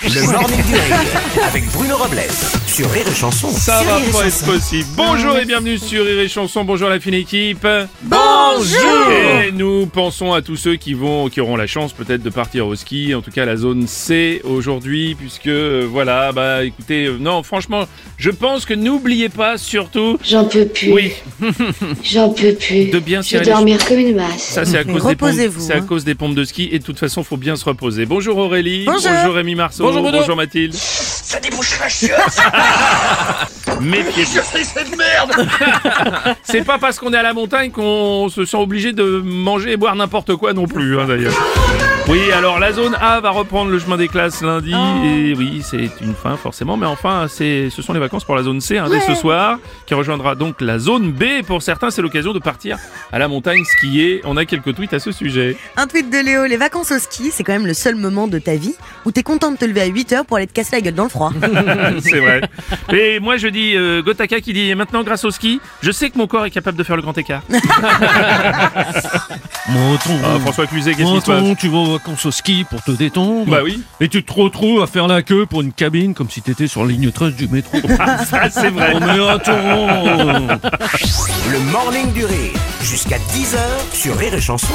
Le morning du rire avec Bruno Robles sur Rire et Chanson. Ça Sur va Rire et pas être Chanson. possible. Bonjour et bienvenue sur Rire et Chanson. Bonjour la fine équipe. Et nous pensons à tous ceux qui vont, qui auront la chance peut-être de partir au ski, en tout cas la zone C aujourd'hui, puisque euh, voilà, bah écoutez, euh, non franchement, je pense que n'oubliez pas surtout, J'en peux plus. oui, J'en peux plus. De bien Je serrer vais les dormir comme une masse. ça c'est à cause des pompes, reposez-vous, c'est à hein. cause des pompes de ski et de toute façon faut bien se reposer. Bonjour Aurélie, Bonjour. Rémi Marceau, Bonjour Bruno. Mathilde. Ça débouche la chieuse, Mes pieds. cette merde C'est pas parce qu'on est à la montagne qu'on se sent obligé de manger et boire n'importe quoi non plus, hein, d'ailleurs. Oui, alors la zone A va reprendre le chemin des classes lundi. Et oui, c'est une fin forcément, mais enfin, c'est, ce sont les vacances pour la zone C hein, dès ce soir, qui rejoindra donc la zone B. Pour certains, c'est l'occasion de partir à la montagne skier. On a quelques tweets à ce sujet. Un tweet de Léo, les vacances au ski, c'est quand même le seul moment de ta vie où t'es content de te lever à 8h pour aller te casser la gueule dans le froid. c'est vrai. Et moi, je dis euh, Gotaka qui dit maintenant, grâce au ski, je sais que mon corps est capable de faire le grand écart. Mon ton, Ah, François Cluzet, qu'est-ce mon qui se passe ton, tu vas aux vacances au ski pour te détendre. Bah oui. Et tu te retrouves à faire la queue pour une cabine comme si t'étais sur la ligne 13 du métro. Ah, c'est vrai. Oh, mais attends Le morning du rire jusqu'à 10h sur Rire et Chanson.